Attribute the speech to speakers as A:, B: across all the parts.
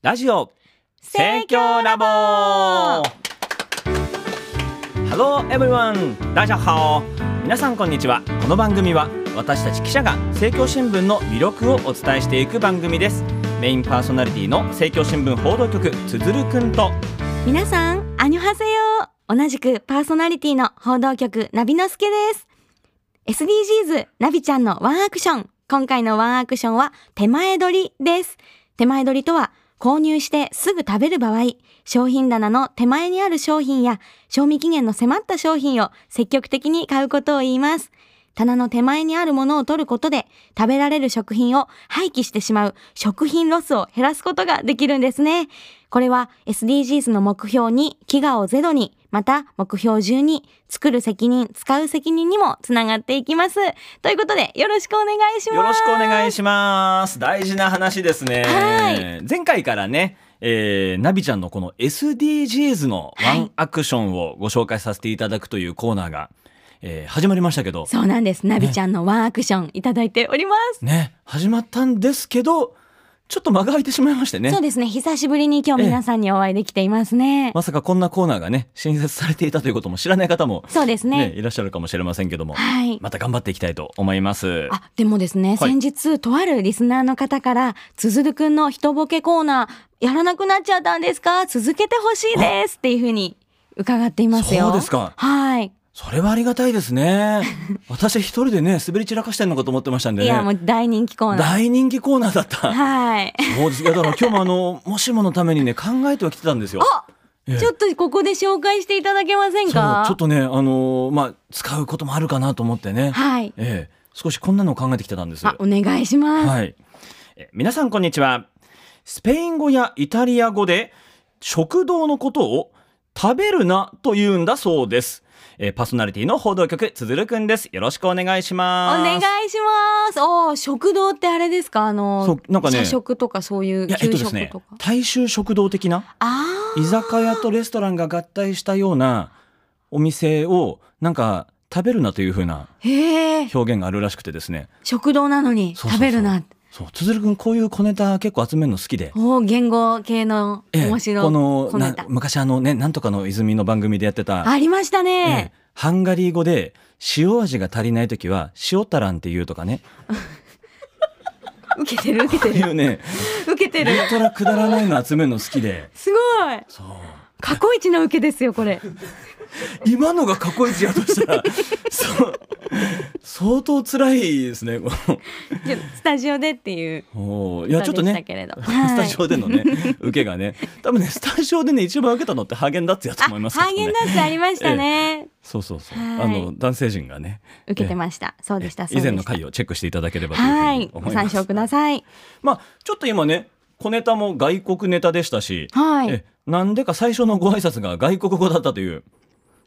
A: ラジオ
B: 盛況ラボ
A: Hello everyone 大家好皆さんこんにちはこの番組は私たち記者が政教新聞の魅力をお伝えしていく番組ですメインパーソナリティの政教新聞報道局つづるくんと
B: 皆さん、アニョハセヨ同じくパーソナリティの報道局、ナビノスケです。SDGs、ナビちゃんのワンアクション。今回のワンアクションは、手前取りです。手前取りとは、購入してすぐ食べる場合、商品棚の手前にある商品や、賞味期限の迫った商品を積極的に買うことを言います。棚の手前にあるものを取ることで、食べられる食品を廃棄してしまう食品ロスを減らすことができるんですね。これは SDGs の目標に飢餓をゼロに、また目標12作る責任、使う責任にもつながっていきます。ということで、よろしくお願いします。
A: よろしくお願いします。大事な話ですね。
B: は
A: 前回からね、えーナビちゃんのこの SDGs のワンアクションをご紹介させていただくというコーナーが、えー始まりましたけど、
B: そうなんです。ナビちゃんのワンアクションいただいております。
A: ね、始まったんですけど、ちょっと間が空いてしまいましてね
B: そう。ですね。久しぶりに今日皆さんにお会いできていますね。
A: まさかこんなコーナーがね、新設されていたということも知らない方も、
B: そうです
A: ね
B: ね。
A: いらっしゃるかもしれませんけども、
B: はい。
A: また頑張っていきたいと思います。
B: あ、でもですね、
A: はい
B: 先日、とあるリスナーの方から、つづるくんの人ボケコーナー、やらなくなっちゃったんですか続けてほしいですっていうふうに伺っていますよ。
A: そうですか
B: はい。
A: それはありがたいです ね。私一人でね、滑り散らかしてんのかと思ってましたんで
B: い
A: ね。
B: や、もう大人気コーナー。
A: 大人気コーナーだった。
B: はい。
A: そうです。いやだから今日もあの、もしものためにね、考えてはきてたんですよ。ええ
B: ちょっとここで紹介していただけませ
A: そ
B: ん
A: う
B: か
A: ちょっとね、あのーまあ、使うこともあるかなと思ってね。
B: はい。
A: ええ少しこんなのを考えてきてたんです。
B: あ、お願いします。
A: はい。え皆さんこんにちは。スペイン語やイタリア語で食堂のことを食べるなと言うんだそうです。えパーソナリティの報道局つづるくんです。よろしくお願いし
B: お
A: ます。
B: 願いします。おー食堂ってあれですかあの、
A: そうなんかね
B: 社食とかそういう
A: いや、えっとで
B: 給
A: す
B: 食
A: ね
B: とか。、
A: 大衆食堂的な
B: あ
A: 居酒屋とレストランが合体したようなお店をなんか食べるなというふうな
B: あ、へえ、
A: 表現があるらしくてですね
B: 食堂なのに
A: そうそうそう
B: 食べるな。
A: そうつづるくんこういう小ネタ結構集めるの好きで。
B: おー言語系の
A: ええ
B: 面白い
A: この
B: コメン
A: な
B: ト
A: 昔あのねなんとかの泉の番組でやってた、
B: ありました
A: え
B: ね
A: え。ハンガリー語で塩味が足りない時は塩タランっていうとかね
B: 受けてる受け
A: って
B: て
A: い
B: る
A: うね
B: 受けて
A: ウ
B: る。
A: ルトラくだらないの集めるの好きです
B: ごい。
A: そう
B: 過去一の受けですよ これ。
A: 今のが過去一やとした らそう相当辛いですねこの
B: いやスタジオでっていう。
A: おーいやちょっと
B: でした
A: ね
B: けれど
A: スタジオでの ね、受けがね多分ねスタジオでね一番受けたのってハーゲンダッツやと
B: あ、
A: 思いますけど
B: ハーゲン
A: ね
B: ダッツありましたね。
A: そうそうそう
B: はい
A: あの男性陣がね
B: 受けてました。そうでした。
A: え以前の
B: そうで
A: 回をチェックしていただければ
B: した
A: というふ
B: は
A: う
B: い
A: に、思
B: ご
A: いま
B: 参
A: す
B: 照ください。
A: まあちょっと今ね小ネタも外国ネタでしたし、
B: はい
A: え。なんでか最初のご挨拶が外国語だったという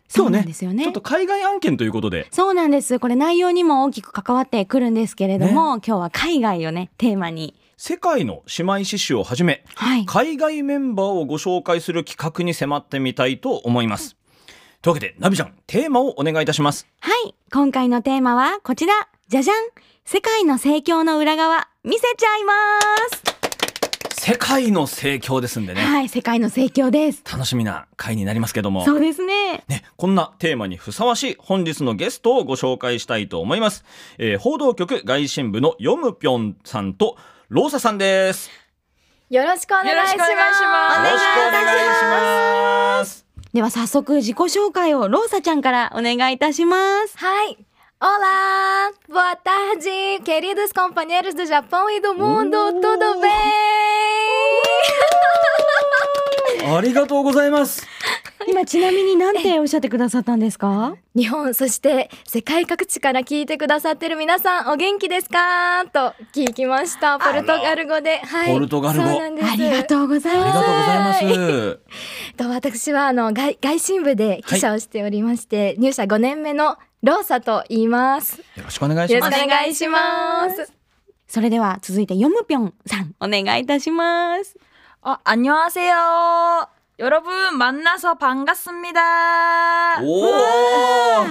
B: そうなんですよ
A: ちょ
B: ね
A: っと。海外案件ということで
B: そうなんです。これ内容にも大きく関わってくるんですけれども、今日は海外をねテーマに。
A: 世界の姉妹詩集をはじめ
B: はい。
A: 海外メンバーをご紹介する企画に迫ってみたいと思います。というわけで、ナビちゃん、テーマをお願いいたします。
B: はい。今回のテーマはこちら。じゃじゃん。世界の盛況の裏側見せちゃいます。
A: 世界の盛況ですんでね、
B: はい。世界の盛況です。
A: 楽しみな回になりますけども
B: そ、うですね。
A: ね、こんなテーマにふさわしい本日のゲストをご紹介したいと思います。えー報道局外信部のヨムピョンさんと、ローサさんです。
C: よろしくお願いします。
D: よろしくお願いします
A: よろしくお願いします。
B: では早速自己紹介をローサちゃんからお願いいたします。
C: はい。Olá, boa tarde, queridos companheiros do Japão e do mundo, tudo bem?
A: ありがとうございます。
B: 今ちなみに何ておっしゃってくださったんですか？
C: 日本、そして世界各地から聞いてくださってる皆さん、お元気ですかと聞きました。ポルトガル語で。はい。
A: ポルトガル語
C: そうなんです。
B: ありがとうござい
A: あり
B: ます。
A: がとうございます。
C: えっと私はあの外外信部で記者をしておりまして、入社5年目のローサと言います。
A: よろしくお願いし
C: よ
A: ま
C: ろ
A: す
C: しく。お願いします。
B: それでは続いてヨムピョンさんお願いいたします。
D: 어, 안녕하세요. 여러분 만나서 반갑습니다.
A: おお。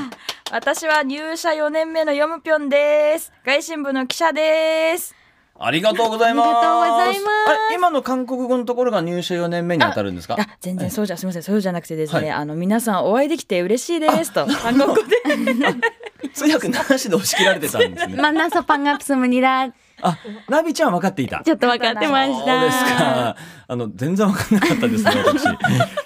D: 私は入社4年目のヨムピョンです。外信部の記者です。
A: ありがとうございます。
B: ありがとうございます
A: あれ今の韓国語のところが入社4年目に当たるんですか。
D: あ全
A: はい
D: 然そうじゃすみませんそうじゃなくてですね、
A: はい
D: あの皆さんお会いできて嬉しいですと韓国語で
A: 通訳なしで押し切られてたんですね。
B: マンナソパンガプスムニラ、
A: あ、ナビちゃんは分かっていた。
B: ちょっと分かってまし
A: そうです
B: た。
A: か。あの全然分かんなかったですね。私。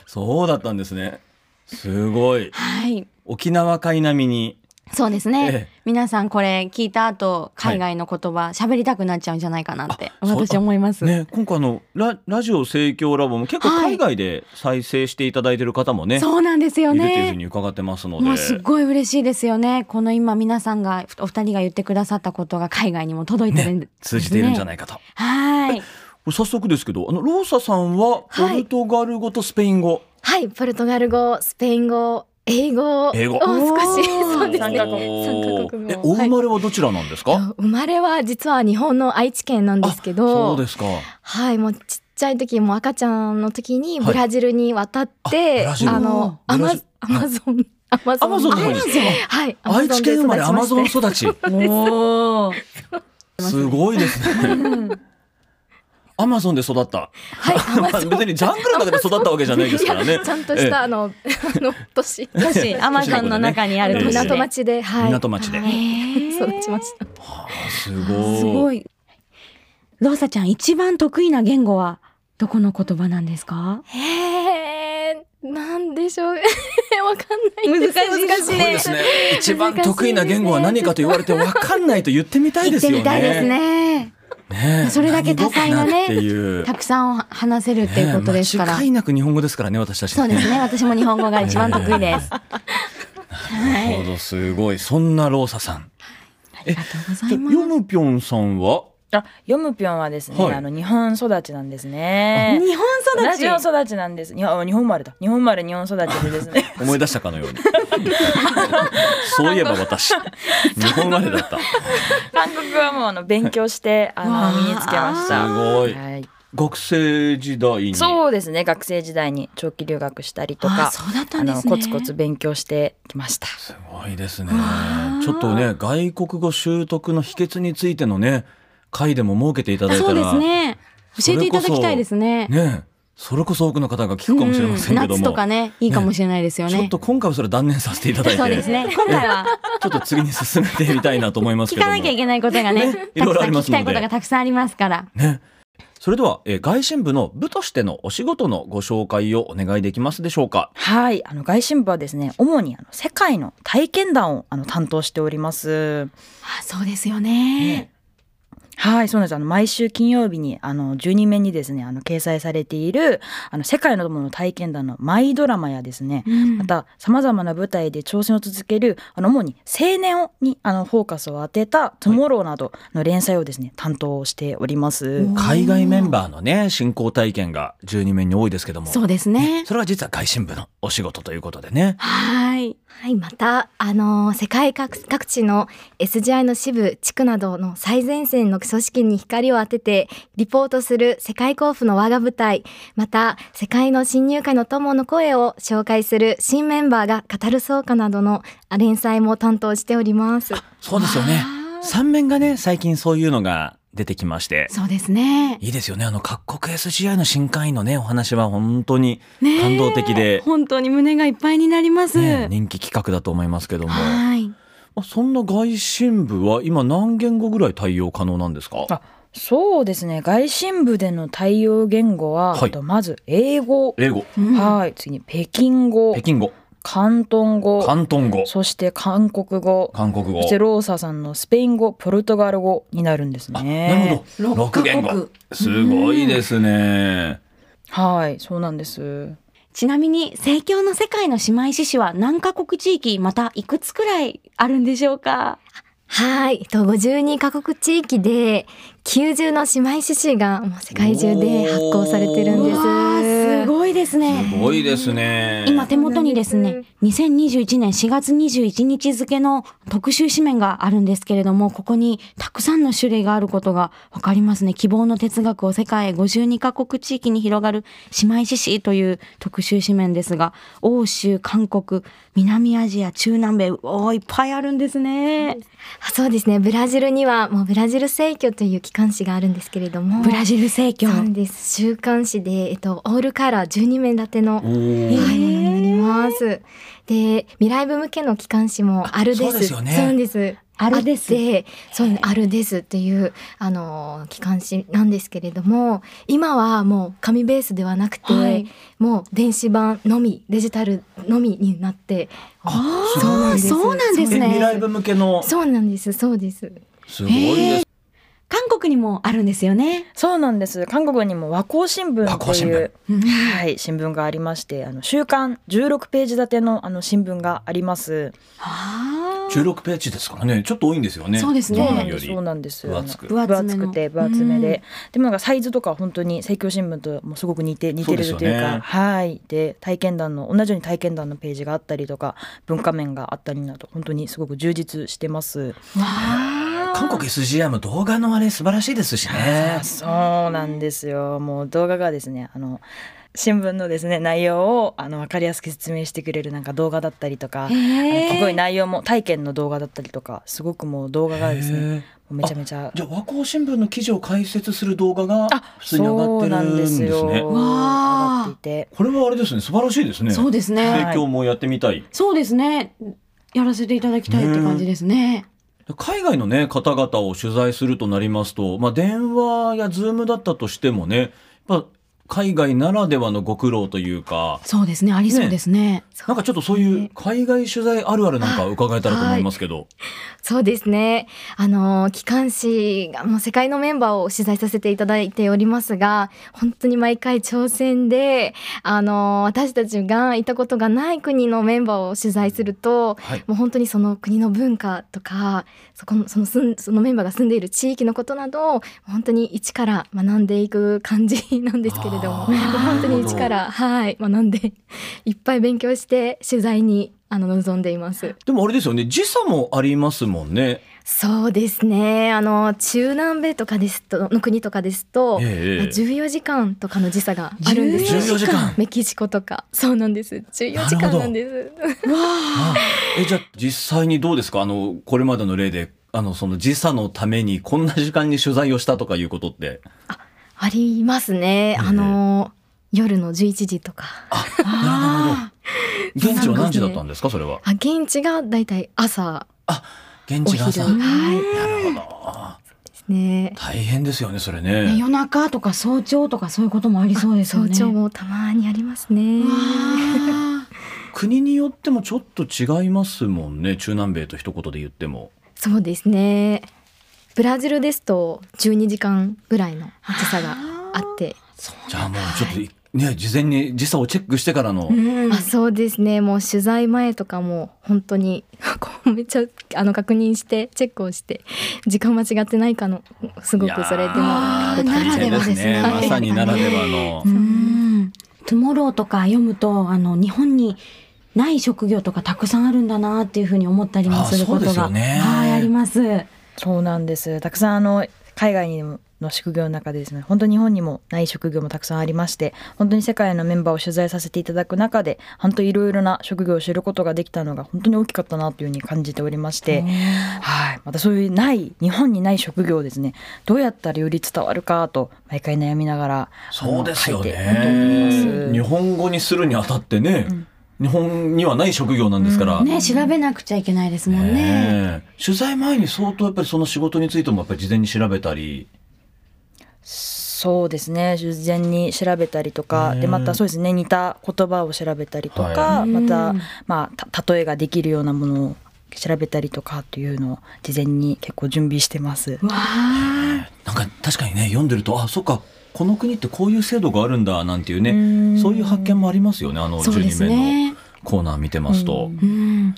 A: そうだったんですね。すごい。
B: はい。
A: 沖縄海並みに。
B: そうです
A: え
B: ね
A: え。
B: 皆さんこれ聞いた後、海外の言葉喋りたくなっちゃうんじゃないかなって、
A: あそう
B: 私思います。
A: ね、今回あのララジオ盛況ラボも結構
B: はい
A: 海外で再生していただいてる方もね、
B: そうなんですよ
A: いるというふう
B: ね。
A: に伺ってますので。
B: もうすっごい嬉しいですよね。この今皆さんが、お二人が言ってくださったことが海外にも届いてるんで、
A: 通じているんじゃ
B: い
A: ないかと。
B: はい。
A: これ早速ですけど、あのローサさんはポルトガル語とスペイン語、
C: はい、ポルトガル語、スペイン語、英語を
A: 英語
C: 少し、
B: おー
C: そうです
D: 三
C: ね。
D: カ国
A: おー
C: 三カ国語
A: え、お生まれはどちらなんですか。
C: 生まれは実は日本の愛知県なんですけ
A: そう
C: ど、
A: ですか。
C: はい、もうちっちゃい時、もう赤ちゃんの時にブラジルに渡っ
A: はいあブ
C: て、
A: ラジル
C: あの、ア
A: ブ
C: マ
A: ラジ
C: ゾン、アマゾ
A: ア
C: ン、 アマ
A: マゾンの方に。
C: はい、
A: 愛知県生まれ、アマゾン
C: で育ち
A: 育 ち。
D: おー
A: すごいですね。アマゾンで育った。
C: ましてはい、アマ
A: まあ
C: ゾ ン。
A: 別にジャングルの中で育ったわけじゃないですから
C: い
A: ね
C: や。ちゃんと
A: え
C: し
A: え
C: た、あの、 あの、都市、
B: もし、アマ
A: ジ
B: ゾ
A: ョン
B: ン
A: の
B: の
A: 中
B: 中にあ
A: る
B: る
A: 都市で
C: 港町で、はい。
A: 港町で
C: は
B: え
C: い
B: ー
C: 育ちました。
A: あす
B: す
A: ご
B: ご
A: い。
B: い。ローサちゃん一番得意な言語はどこの言葉なんですか？
C: えー、なんでしょう。わ かんない
B: 難しい
C: です。
B: です
A: す
B: ね
A: ごいですね。一番得意な言語は何かと言われてわかんないと言ってみたい
B: 言
A: で
B: っ
A: す
B: て
A: よね。
B: みたいですね。
A: ねえ
B: それだけ多彩な
A: 何語かっ
B: ね
A: ていう。
B: たくさん話せるっていうことですから。
A: ねえ間違いなく日本語ですからね、私たち
B: そうですね。私も日本語が一番得意 です。
A: なるほど、すごい。そんなローサさん。
B: ありがとうございます
A: ヨ。ムピョンさんは
D: あヨムピョンはですね、
A: はい
D: あの日本育ちなんですね
B: 日本
D: ラ
B: 育ち
D: ジオ。育ちなんです。日本あ日本生まれだ。日本生まれ日本育ちでですね。
A: 思い出したかの ように。そういえば私、日本生まれだった。
D: 韓国はもうあの勉強してあ
B: わあ
D: の身につけますした。
A: ごい。
D: はい。
A: 学生時代に。
D: そうですね。学生時代に長期留学したりと
B: あ
D: か
B: あ、そうだった
D: あ
B: んで
D: の
B: すね。
D: コツコツ勉強してきました。
A: すごいですね
B: わあ。
A: ちょっとね、外国語習得の秘訣についてのね、回でも設けていただいた
B: そうで
A: ら、
B: すね。教えていただきたいですね。
A: ねそれこそ多くの方が聞くかもしれませんけど
B: うん
A: も、
B: 夏とかね、いいかもしれないですよ
A: ちょっ
B: ね。
A: と今回はそれ断念させていただいて、
B: そうですね。今回は
A: ちょっと次に進めてみたいなと思います
B: 聞
A: けど
B: か
A: も。
B: なきゃいけないことがね、
A: ねい
B: た
A: ろいろ
B: く
A: あ
B: さ
A: り
B: ん聞
A: ます
B: きたい
A: の
B: こと
A: で
B: が。たくさんありますから。
A: ね。それでは、えー外信部の部としてのお仕事のご紹介をお願いできますでしょうか。
D: はい。あの外信部はですね、主にあの世界の体験談をあの担当しております。
B: あ、そうですよね。
D: はい、そうなんです。あの毎週金曜日にあの12面にですね、あの掲載されているあの世界の友の体験談のマイドラマやですね、
B: うん
D: また様々な舞台で挑戦を続けるあの主に青年をにあのフォーカスを当てた「トゥモロー」などの連載をですね担当しております。
A: 海外メンバーのね、進行体験が12面に多いですけども。
B: そうですね。
A: それは実は外信部のお仕事ということでね。
B: はい。
C: はい、また、あの世界各各地の SGI の支部、地区などの最前線の組織に光を当てて、リポートする世界交付の我が舞台、また、世界の新入会の友の声を紹介する新メンバーが語る草加などの連載も担当しております。
A: そうですよね。
B: あー
A: 三面がね、最近そういうのが出てきまして。
B: そうですね。
A: いいですよね。あの、各国 SGI の新会員のね、お話は本当に
B: ねえ
A: 感動的で、
B: 本当に胸がいっぱいになります。
A: ね人気企画だと思いますけども。ま
B: はい。
A: あそんな外信部は今何言語ぐらい対応可能なんですか
D: あそうですね外信部での対応言語は、
A: はい
D: えっとまず英語、
A: 英語、
B: うん
D: はい次に北京語
A: 北京語、
D: 広東語
A: 広東語、
D: そして韓国語
A: 韓国語
D: そし。てローサさんのスペイン語ポルトガル語になるんです
A: あ、
D: ね。
A: なるほど。六言語。すごいですね。
D: はいそうなんです。
B: ちなみに、聖教の世界の姉妹獅子は何カ国地域、またいくつくらいあるんでしょうか
C: はい、えっと52カ国地域で90の姉妹詩集がもう世界中で発行されてるんです。
A: う
B: わーすごいです
A: す
B: ね。
A: ごいですね。
B: 今手元にですね、2021年4月21日付の特集紙面があるんですけれども、ここにたくさんの種類があることがわかりますね。希望の哲学を世界52カ国地域に広がる姉妹志士という特集紙面ですが、欧州、韓国、南アジア、中南米、おーいっぱいあるんですね。
C: あそうですねブラジルにはもうブラジル正教という機関誌があるんですけれども
B: ブラジル正教。
C: そうです週刊誌で、えっと、オールカラー12面立ての、はい、も
B: へ
A: お
B: ー
C: のになりますで未来部向けの機関誌もあるです
A: そうですよね
C: そうなんです
B: あるです
C: ってそうですあるですっていうあの機関誌なんですけれども今はもう紙ベースではなくて、
B: はい
C: もう電子版のみデジタルのみになって
A: あ
B: あー
C: そうなんです
B: そうなんです
A: え
B: ね。
A: 未来部向けの
C: そうなんですそうです
A: すごい
B: へ
A: で
B: ー
A: す
B: 韓国にもあるんですよね。
D: そうなんです韓国にも和光新聞
A: 和光
D: って
A: 新
D: い
A: 聞
D: うはい、新聞がありましてあの週刊16ページ立てのあの新聞があります。
B: あー
A: 16ページですからねちょっと多いんですよね
B: そうですね
A: 日
D: そう
A: 本
D: なん
A: よ
D: です
A: り
D: そうなんです
A: 分厚く
B: 分
D: 分
B: 厚め
D: 厚
B: の
D: くて分厚
B: う
D: めで、
B: ん
D: でもなんかサイズとか本当に政教新聞ともうすごく似て似てる
A: そう
D: と
A: です
D: いう
A: よ
D: か
A: ね
D: はいで体験談の同じように体験談のページがあったりとか文化面があったりなど本当にすごく充実してます。
A: 韓国 SGI も動画のあれ素晴らしいですしね
D: そうなんですよもう動画がですねあの新聞のですね内容をあの分かりやすく説明してくれるなんか動画だったりとか。
B: へー
D: すごい内容も体験の動画だったりとかすごくもう動画がですね
A: へー
D: めちゃめちゃ
A: じゃあ和光新聞の記事を解説する動画が
D: あ
A: 普通に上がってるんですね
D: そうなんですよ
B: わあ
D: 上がっていて
A: これはあれですね素晴らしいですね
B: そうですね。
A: 提供もやってみたい、
B: そうですね。やらせていただきたいって感じですね。
A: 海外のね方々を取材するとなりますと、まあ、電話やズームだったとしてもねやっぱ海外ならではのご苦労というか
B: そうですね。ありそうですね。
A: なんかちょっとそういう海外取材あるあるなんか伺えたらと思いますけど、
C: そうですね。あの、機関誌がもう世界のメンバーを取材させていただいておりますが、本当に毎回挑戦で、あの、私たちがいたことがない国のメンバーを取材すると、
A: はい、
C: もう本当にその国の文化とか、そこの、その住ん、そのメンバーが住んでいる地域のことなどを、本当に一から学んでいく感じなんですけれども、
A: あー
C: 本当に一か
A: な
C: ら、はい、学んで、いっぱい勉強して取材に、あの、臨んでいます。
A: でもあれですよね時差もありますもんね。
C: そうですね。あの中南米とかですとの国とかですと、
A: ええ
C: 14時間とかの時差があるんですよ。
A: 14時間
C: メキシコとか、そうなんです。14時
A: なる
C: 間
A: ほど
C: なんです。
A: あえじゃあ実際にどうですかあのこれまでの例であのその時差のためにこんな時間に取材をしたとかいうことって
C: ありますね。あの夜の11時とか。
B: あ
A: 現地は何時だったんですかそれは。
C: あ現地がだいたい朝
A: 現
C: お
A: 地
C: 昼
A: が朝
C: はいで
A: なるほど
C: すね。
A: 大変ですよねそれ
B: あ、ね
A: ね。
B: 夜中とか早朝とかそういうこともありそうですよ
C: 早
B: ね。
C: 朝もたまにありますね
B: わ。あ
A: 国によってもちょっと違いますもんね中南米と一言で言っても。
C: そうですね。ブラジルですと12時間ぐらいの時差があって。
A: じゃあもうちょっと、ね事前に時差をチェックしてからの。
B: うん
C: あそうですねもう取材前とかも本当に こうめっちゃあの確認してチェックをして時間間違ってないかのすご
A: いや
C: く
A: ー
C: それでも
B: あー
A: 大変ですね
C: ならではですね
A: まさにならではの
B: う。ん。トゥモローとか読むと、あの、日本にない職業とかたくさんあるんだなっていうふうに思ったりもする
A: あ
B: こと
A: そうです
B: が、
A: よね
B: はい、あります。
D: そうなんですたくさんあの海外にもの職業の中でですね本当に日本にもない職業もたくさんありまして本当に世界のメンバーを取材させていただく中で本当いろいろな職業を知ることができたのが本当に大きかったなというふうに感じておりましてはいまたそういうない日本にない職業をですねどうやったらより伝わるかと毎回悩みながら
A: そうですよ
D: あの書いて本当に
A: ね。
D: い
A: 日
D: ます
A: 本語にするにあたってね、日本にはない職業なんですから。
B: ね、調べなくちゃいけないですもんね。
A: ねえ取材前に相当やっぱりその仕事についてもやっぱり事前に調べたり
D: そうですね事前に調べたりとか
A: ね
D: でまたそうですね似た言葉を調べたりとか、
A: は
D: ま
B: う
D: た
B: ん、
D: まあ、た例えができるようなものを調べたりとかっていうのを事前に結構準備してます。
B: わあ。
A: なんか確かにね読んでるとあそっかこの国ってこういう制度があるんだなんていうね
D: うん
A: そういう発見もありますよねあの
B: そうです
A: 12名
B: ね
A: の。コーナー見てますと。
D: うん
B: うん。ね、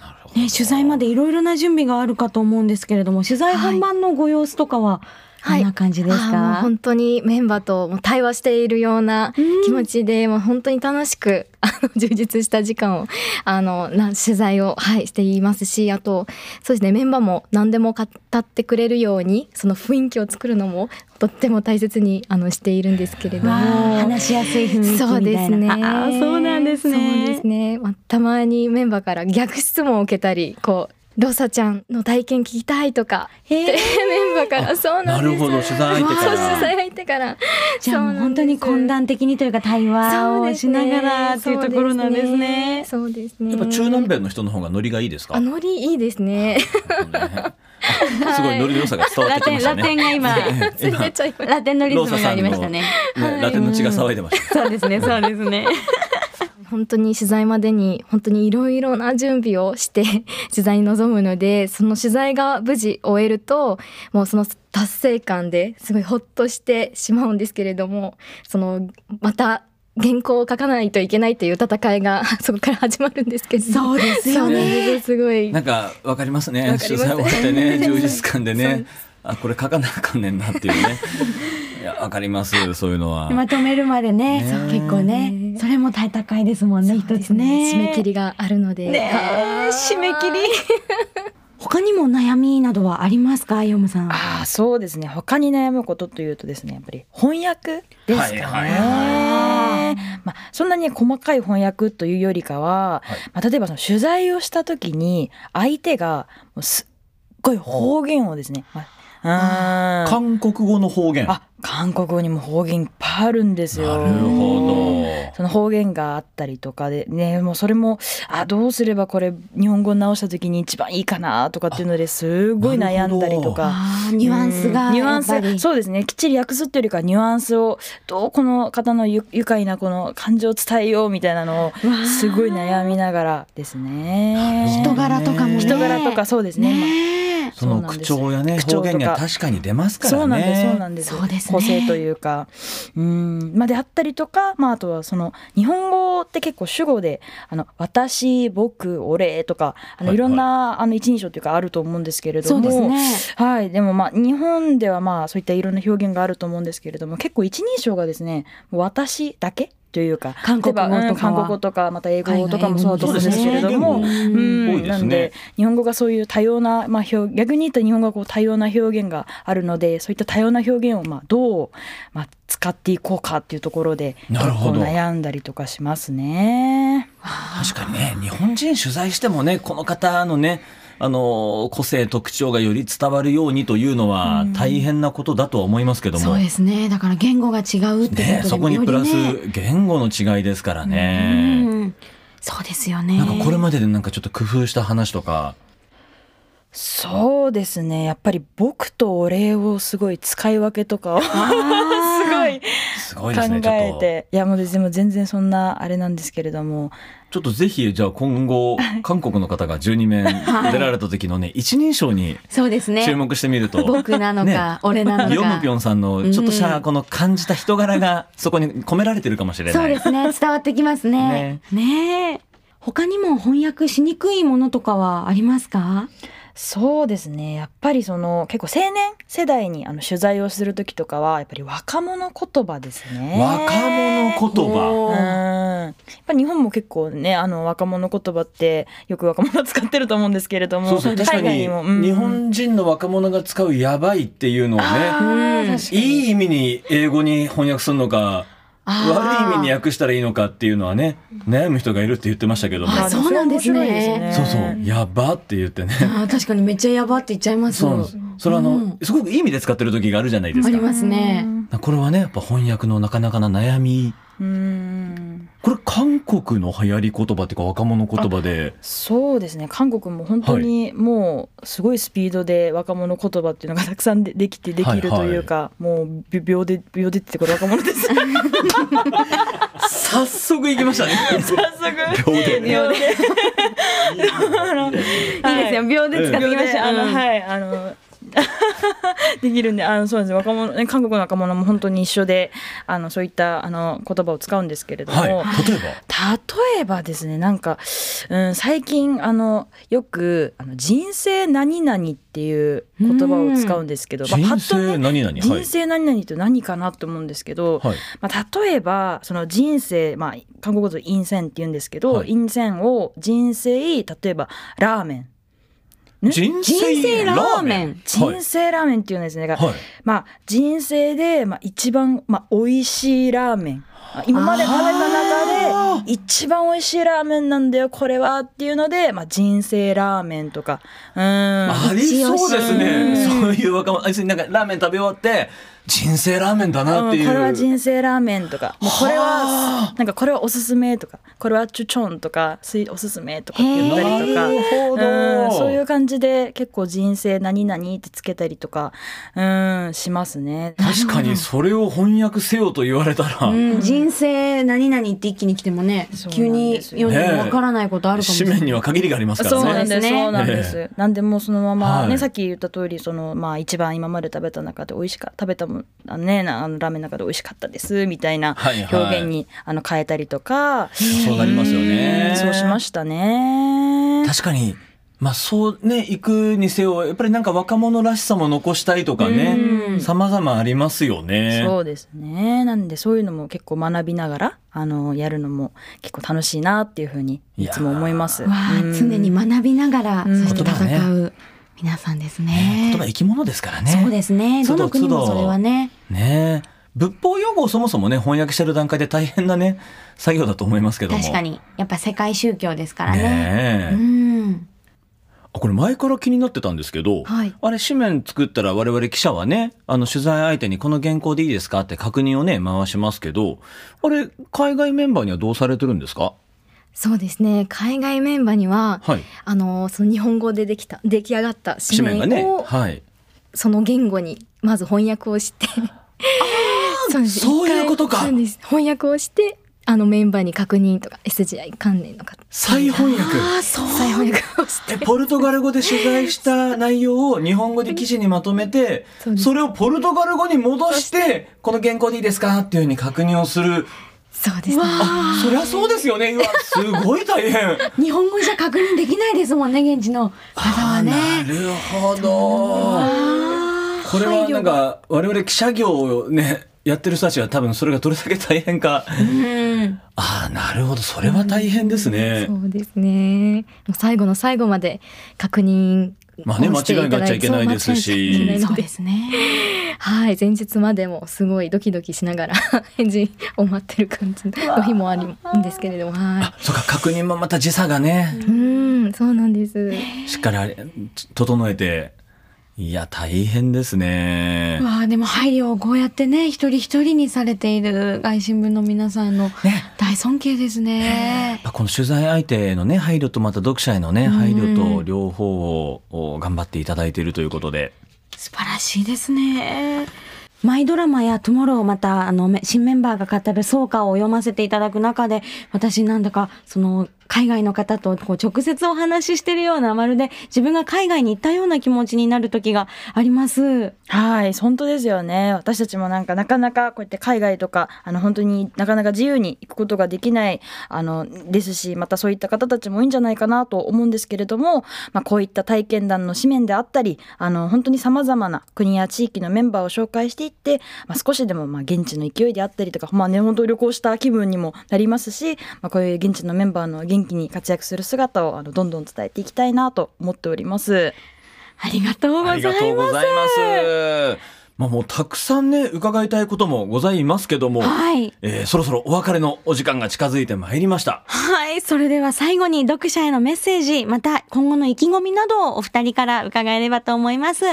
A: なるほど
B: 取材までいろいろな準備があるかと思うんですけれども、取材本番のご様子とかはどんな感じです
C: あーもう
B: か
C: 本当にメンバーともう対話しているような気持ちで、もう本当に楽しく あの充実した時間をあのな取材を、はい、していますしあとそうですねメンバーも何でも語ってくれるようにその雰囲気を作るのもとっても大切にあのしているんですけれども。
B: わあ話しやすい雰囲気みたいな
C: そうですね。
B: あーそうなんですね
C: そうですね。まあ、たまにメンバーから逆質問を受けたり、こうロサちゃんの体験聞きたいとか、
B: へー
C: ってメンバーからそうな
A: なん
C: で
A: る
C: す。
A: ほど取材相手か
C: そう取
A: ら
C: 材入ってから。
B: じゃあもう本当に懇談的にというか対話
C: そう
B: を
C: です
B: し
C: ね
B: ながらっていうところなんですね。
C: そうですね。
A: やっぱ中南米の人の方がノリがいいですか
C: あ、ノリいいですね。
A: あ すごいノリの良さが伝わっ
B: ラ
A: てきま
B: テン
A: した
B: ラ
A: ね
B: テンが今
C: つい出ちゃいました。
B: ラテンのリズムがありましたね。
A: ねラテンの血が騒いでまし
B: そうですねそうです ね。
C: 本当に取材までに本当にいろいろな準備をして 取材に臨むのでその取材が無事終えるともうその達成感ですごいほっとしてしまうんですけれどもそのまた原稿を書かないといけないという戦いが そこから始まるんですけど
B: そうですよね
C: そうすごい
A: たなんかわかりますね
C: わかり
A: 取
C: ま
A: 材
C: す
A: 終わってね充実感で
C: そう
A: ね
C: で
A: あこれ書かなあかんねんなっていうねいやわかりますそういうの は
B: まとめるまでね
A: ね
B: 結構ねそれも戦いですもんね一つね。
C: 締め切りがあるので、
B: ねえ締め切り。他にも悩みなどはありますかヨムさん。
D: ああそうですね他に悩むことというとですねやっぱり翻訳ですかね。
A: はいは
D: まあ、そんなに細かい翻訳というよりかは、
A: はい
D: まあ、例えばその取材をした時に相手がもうすっごい方言をですね、まあ、う
A: 韓
D: ん
A: 国語の方言
D: あ韓国語にも方言いっぱいあるんですよ。
A: なるほ
D: その方言があったりとかでねもうそれもあどうすればこれ日本語直した時に一番いいかなとかっていうのですごい悩んだりとか。
B: あーニュアンス
D: う
B: が
D: んニュア
B: や
D: ン
B: っぱ
D: ス
B: り。
D: そうですねきっちり訳すっていうよりかはニュアンスをどうこの方のゆ愉快なこの感情を伝えようみたいなのを
B: わあ
D: すごい悩みながらですね
B: 人柄とかもね。
D: 人柄とかそうですね
B: ねえ
A: どその口調やね
D: 口調と
A: 方
D: か
A: 言が確かに出ますからね
D: そうなんですそう
B: そう
D: なんです
B: ですね
D: 個性というかうんまあであったりとか、まあ、あとはその日本語って結構主語で「あの私」「僕」「俺」とかあの
A: はい
D: いろんな、あの一人称というかあると思うんですけれども
B: そうですね。
D: はい、でもまあ日本ではまあそういったいろんな表現があると思うんですけれども結構一人称がですねもう私だけというか
B: 韓国語とかは
D: 例えばうん韓国語とかまた英語とかもそうだと思うんですけれども
A: 海外英語もそうです
B: ね
D: うん
A: 多いですね
D: なんで日本語がそういう多様な、まあ、表逆に言ったら日本語がこう多様な表現があるのでそういった多様な表現をまあどう、まあ、使っていこうかっていうところで
A: なるほど
D: 結構悩んだりとかしますね。
A: 確かにね日本人取材してもねこの方のねあの個性特徴がより伝わるようにというのは大変なことだとは思いますけども、
B: そうですね。だから言語が違うってことで、
A: ね、そこにプラス
B: よりね
A: 言語の違いですからね。
B: うんそうですよね。
A: なんかこれまででなんかちょっと工夫した話とか、
D: そうですねやっぱり僕とお礼をすごい使い分けとかを す
B: あー
D: ごい
A: すごい
D: 考
A: ですね。ちょ
D: え
A: っと、
D: ていやもうでも全然そんなあれなんですけれども
A: ちょっとぜひ、じゃあ今 後、韓国の方が12名出られた時のね、一人称に
B: そうですね。
A: 注目してみると、
B: 僕なのか、俺なのか。
A: ヨ ムピョンさんのちょっとしたこの感じた人柄がそこに込められてるかもしれ
B: そう
A: ない。
B: で すね。伝わってきますね。ねえ他にも翻訳しにくいものとかはありますか
D: そうですねやっぱりその結構青年世代にあの取材をする時とかはやっぱり若者言葉ですね。
A: 若者言葉。
D: うん
B: おー
D: やっぱ日本も結構ねあの若者言葉ってよく若者使ってると思うんですけれども
A: そうそう、確か
D: 海外
A: に
D: にも、うん
A: 日本人の若者が使うやばいっていうのをね、
D: あ
B: う
D: ー
B: ん
D: 確かに
A: いい意味に英語に翻訳するのか、悪い意味に
B: あー
A: 訳したらいいのかっていうのはね悩む人がいるって言ってましたけども
B: あそうなんですね
D: 面白い
A: そうそう「やば」って言ってね
B: あー確かにめっちゃやばって言っちゃいます。
A: そうなんですそれはあ
B: う
A: の
B: ん
A: すごくいい意味で使ってる時があるじゃないで
B: あ
A: す
B: り
A: か
B: ますね。
A: これはねやっぱ翻訳のなかなかな悩み
D: うん
A: これ韓国の流行り言葉っていうか若者言葉で
D: そうですね韓国も本当にもうすごいスピードで若者言葉っていうのがたくさんでできてできるというか、もう秒で秒でってこれ若者です
A: 早速行きましたね
D: 速
A: 秒で
D: 秒で
A: いいですね
D: はい
B: 秒
A: で使って
D: 秒であの
B: い。
D: はいあの できるんであのそうなんです若者ね韓国の若者も本当に一緒であのそういったあの言葉を使うんですけれども、
A: はい。例えば。
D: 例えばですねなんか、うん、最近あのよくあの「人生何々」っていう言葉を使うんですけど、まあパ
A: 人
D: ッ
A: 生
D: とね
A: 何々。は
D: 人
A: い。
D: 生何々って何かなと思うんですけど、
A: はい。
D: まあ、例えばその人生、まあ、韓国語で「陰線」って言うんですけど、
A: はい
D: 陰線を人生例えばラーメンね
A: 人
B: 人生ラーメン
A: はい
D: 人生ラーメンっていうんですね、だから
A: はい。
D: まあ、人生で、まあ、一番、まあ、美味しいラーメン今まで食べた中で一番美味しいラーメンなんだよこれはっていうので、まあ、人生ラーメンとかうん
A: ありそうですね。そういう若者、あいつなんかラーメン食べ終わって、人生ラーメンだなっていう。
D: うんこれは人生ラーメンとかもうこれ
A: は
D: はなんかこれはおすすめとかこれはチュチョンとかすいおすすめとかって言ったりとか
A: なるほど
D: うんそういう感じで結構人生何々ってつけたりとかうんしますね。
A: 確かにそれを翻訳せよと言われたら、
B: うん、人生何々って一気に来てもね、
D: そう
B: 急
D: なん
B: に
D: ですよ
B: 読んでもわからないことあるかもし
A: 紙
B: れない。
A: 面には限りがありますか
D: そうな
A: ら
D: ん
A: ね。
D: です、
B: そうですね
D: そうなんです。なんでもうそのままね、
A: はい
D: さっき言った通り、そのまあ一番今まで食べた中で美味しか食べたもんあのねなあのラーメンの中で美味しかったですみたいな
A: はいはい
D: 表現に、あの変えたりとか、
A: そうなりますよね
D: う。んそうしましたね。
A: 確かに、まあそうね、行くにせよ、やっぱりなんか若者らしさも残したいとかね、
B: うん
A: 様々ありますよね。
D: そうですね。なんでそういうのも結構学びながらあのやるのも結構楽しいなっていうふうにいつも思います。
B: わあ、
D: うん
B: 常に学びながら、
D: うん
B: そして
A: 言
B: 戦
A: 葉
B: う皆さんですね
A: ね。言葉生き物ですからね。
B: そうですね。ど
A: 都度
B: の国もそれはね。
A: ねえ仏法用語をそもそもね翻訳してる段階で大変なね作業だと思いますけども
B: 確かに。やっぱ世界宗教ですからね。
A: ねえ、
B: うん。
A: あこれ前から気になってたんですけど、
C: はい
A: あれ紙面作ったら我々記者はねあの取材相手にこの原稿でいいですかって確認をね回しますけどあれ海外メンバーにはどうされてるんですか
C: そうですね海外メンバーには
A: はい
C: あのその日本語でできた出来上がった
A: 紙面
C: 紙
A: が
C: 面
A: ね
C: を
A: はい
C: その言語にまず翻訳をしてそうです
A: そういうことか
C: 一回そうです翻訳をしてあのメンバーに確認とか SGI 関連の方
A: 再翻訳
B: あ、そう。
C: 再翻訳をし
A: え
C: て
A: ポルトガル語で取材した内容を日本語で記事にまとめて
C: そうです
A: それをポルトガル語に戻してこの原稿でいいですかっていうふうに確認をする
C: そうですね
A: あそりゃそうですよねうわすごい大変
B: 日本語じゃ確認できないですもんね、現地の方はね。
A: なるほど
B: あ
A: これはなんか我々記者業をねやってる人たちは多分それがどれだけ大変か
B: あ。うん。
A: ああなるほどそれは大変ですね
C: そうですねもう最後の最後まで確認
A: まあね
C: をしてた
A: 間違
C: だ
A: いがあっちゃいけないですし
C: そう間違い
B: そ
C: が
B: う
C: あっちゃいけないので
B: ですね。
C: はい前日までもすごいドキドキしながら 返事を待ってる感じの日もあるんですけれどもは
A: そうか確認もまた時差がね
C: いうんそうなんです
A: しっかりあれ整えていや大変ですね
B: わあ、でも配慮をこうやってね、一人一人にされている外新聞の皆さんの
A: ね
B: 大尊敬ですね
A: やっ。ぱこの取材相手へのね配慮とまた読者へのね配慮
B: う
A: と
B: ん
A: 両方をお頑張っていただいているということで
B: 素晴らしいですね。マイドラマやトゥモローまたあのめ新メンバーが語る総歌を読ませていただく中で私なんだかその海外の方とこう直接お話ししてるようなまるで自分が海外に行ったような気持ちになる時があります。
D: はい、本当ですよね。私たちもなんかなかなかこうやって海外とか、あの本当になかなか自由に行くことができない、あの、ですし、またそういった方たちもいいんじゃないかなと思うんですけれども、まあこういった体験談の紙面であったり、あの本当に様々な国や地域のメンバーを紹介していって、まあ少しでもまあ現地の勢いであったりとか、まあね、本当旅行した気分にもなりますし、まあこういう現地のメンバーの元気に活躍する姿を、あの、どんどん伝えていきたいなと思っております。
B: ありがとうございます。
A: ざいます。まあもうたくさんね伺いたいこともございますけども、
B: はい。
A: えーそろそろお別れのお時間が近づいてまいりました。
B: はい。それでは最後に読者へのメッセージ、また今後の意気込みなどをお二人から伺えればと思います。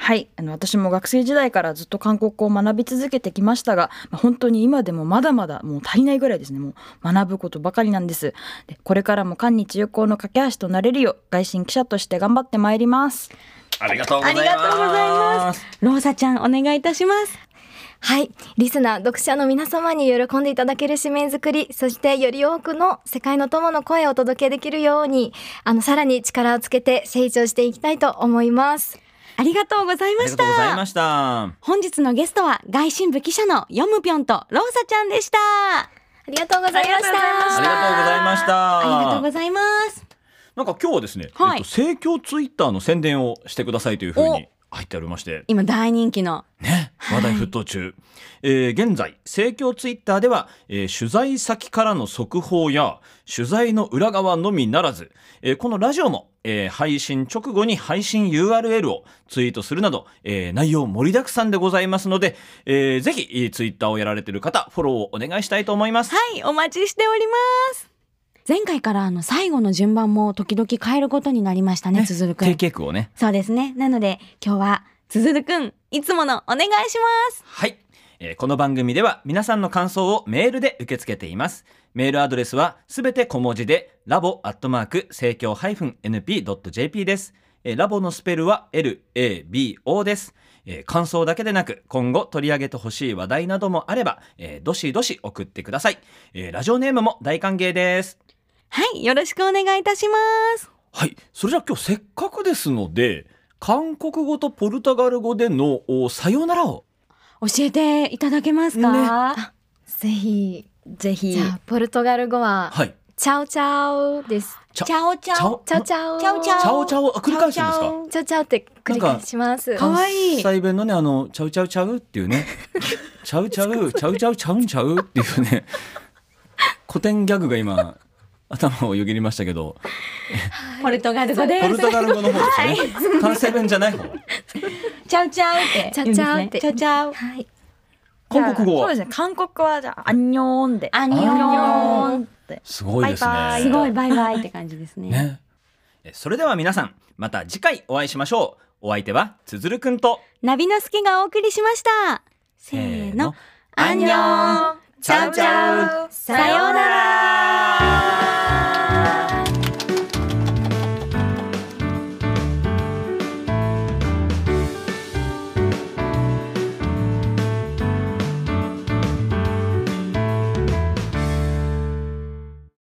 D: はい、あの私も学生時代からずっと韓国語を学び続けてきましたが、まあ、本当に今でもまだまだもう足りないぐらいですねもう学ぶことばかりなんですでこれからも韓日友好の架け橋となれるよう外信記者として頑張ってまいります
A: ありがとうございます。
B: ありがとうございます。ローサちゃんお願いいたします。
C: はい。リスナー、読者の皆様に喜んでいただける紙面作り、そしてより多くの世界の友の声をお届けできるように、あの、さらに力をつけて成長していきたいと思います。
B: ありがとうござい
A: あ
B: ま
A: り
B: し
A: がとうござい
B: た
A: ました。
B: 本日のゲストは外信部記者のヨムピョンとローサちゃんでした
C: ありがとうございまし
A: ありがとうございました。
B: ありがとうございます
A: なんか今日はですね、
B: はい
A: えっと、盛況ツイッターの宣伝をしてくださいというふうに入っておりまして、
B: 今大人気の
A: ね、話題沸騰中。えー現在、盛況ツイッターでは、えー取材先からの速報や、取材の裏側のみならず、えーこのラジオも、えー配信直後に配信 URL をツイートするなど、えー内容盛りだくさんでございますので、えーぜひ、えーツイッターをやられている方、フォローをお願いしたいと思います。
B: はい、お待ちしております。前回からあの最後の順番も時々変えることになりましたね、つづるく
A: 定
B: ん。
A: 型句をね。
B: そうですね。なので今日はつづるくん、いつものお願いします。
A: はい、えーこの番組では皆さんの感想をメールで受け付けていますメールアドレスはすべて小文字でラボアットマーク生協 -np.jp です、えーラボのスペルは LABO です、えー感想だけでなく今後取り上げてほしい話題などもあれば、えーどしどし送ってください、えーラジオネームも大歓迎です
B: はい、よろしくお願いいたします。
A: はいそれじゃあ今日せっかくですので韓国語とポルトガル語でのさよならを
B: 教えていただけますか、
C: た。ぜひ。
D: ぜひ
C: じゃあ、ポルトガル語は、
A: はい
C: チャオチャオです。
A: チ
B: チャオ
A: チ
B: チャ
A: ャ
B: オ
A: オ。
C: チャオチャオ。
B: チャオチャ
A: チャオチャオあ繰り返すんです
B: チ
A: か
B: ャオチ
C: チャオチャオって繰り返します。
B: かわいい。
A: 関西弁のねあのちゃうちゃうちゃうって いうねちゃうちゃうちゃうちゃうちゃうんちゃうっていうね古典ギャグが今頭をよぎりましたけど
B: ポルトガル語で
A: ポル
B: す。
A: トガル語の方ですね関西弁じゃない方
B: チャオチャオって言うんですね。チ
C: チ
B: ャ
C: ャ
B: オチャオ。
C: はい。
A: 韓国語
D: じゃあそう
A: は
D: ですね韓国語はじゃあアンニョーンで
B: アンニョン。
A: すごいですね
D: バイバイ
B: すごいバイバイって感じですね。
A: ねえそれでは皆さんまた次回お会いしましょうお相手はつづるくんと
B: ナビのすけがお送りしました。せーの。アンニョン
A: チャウチャウ
B: さようなら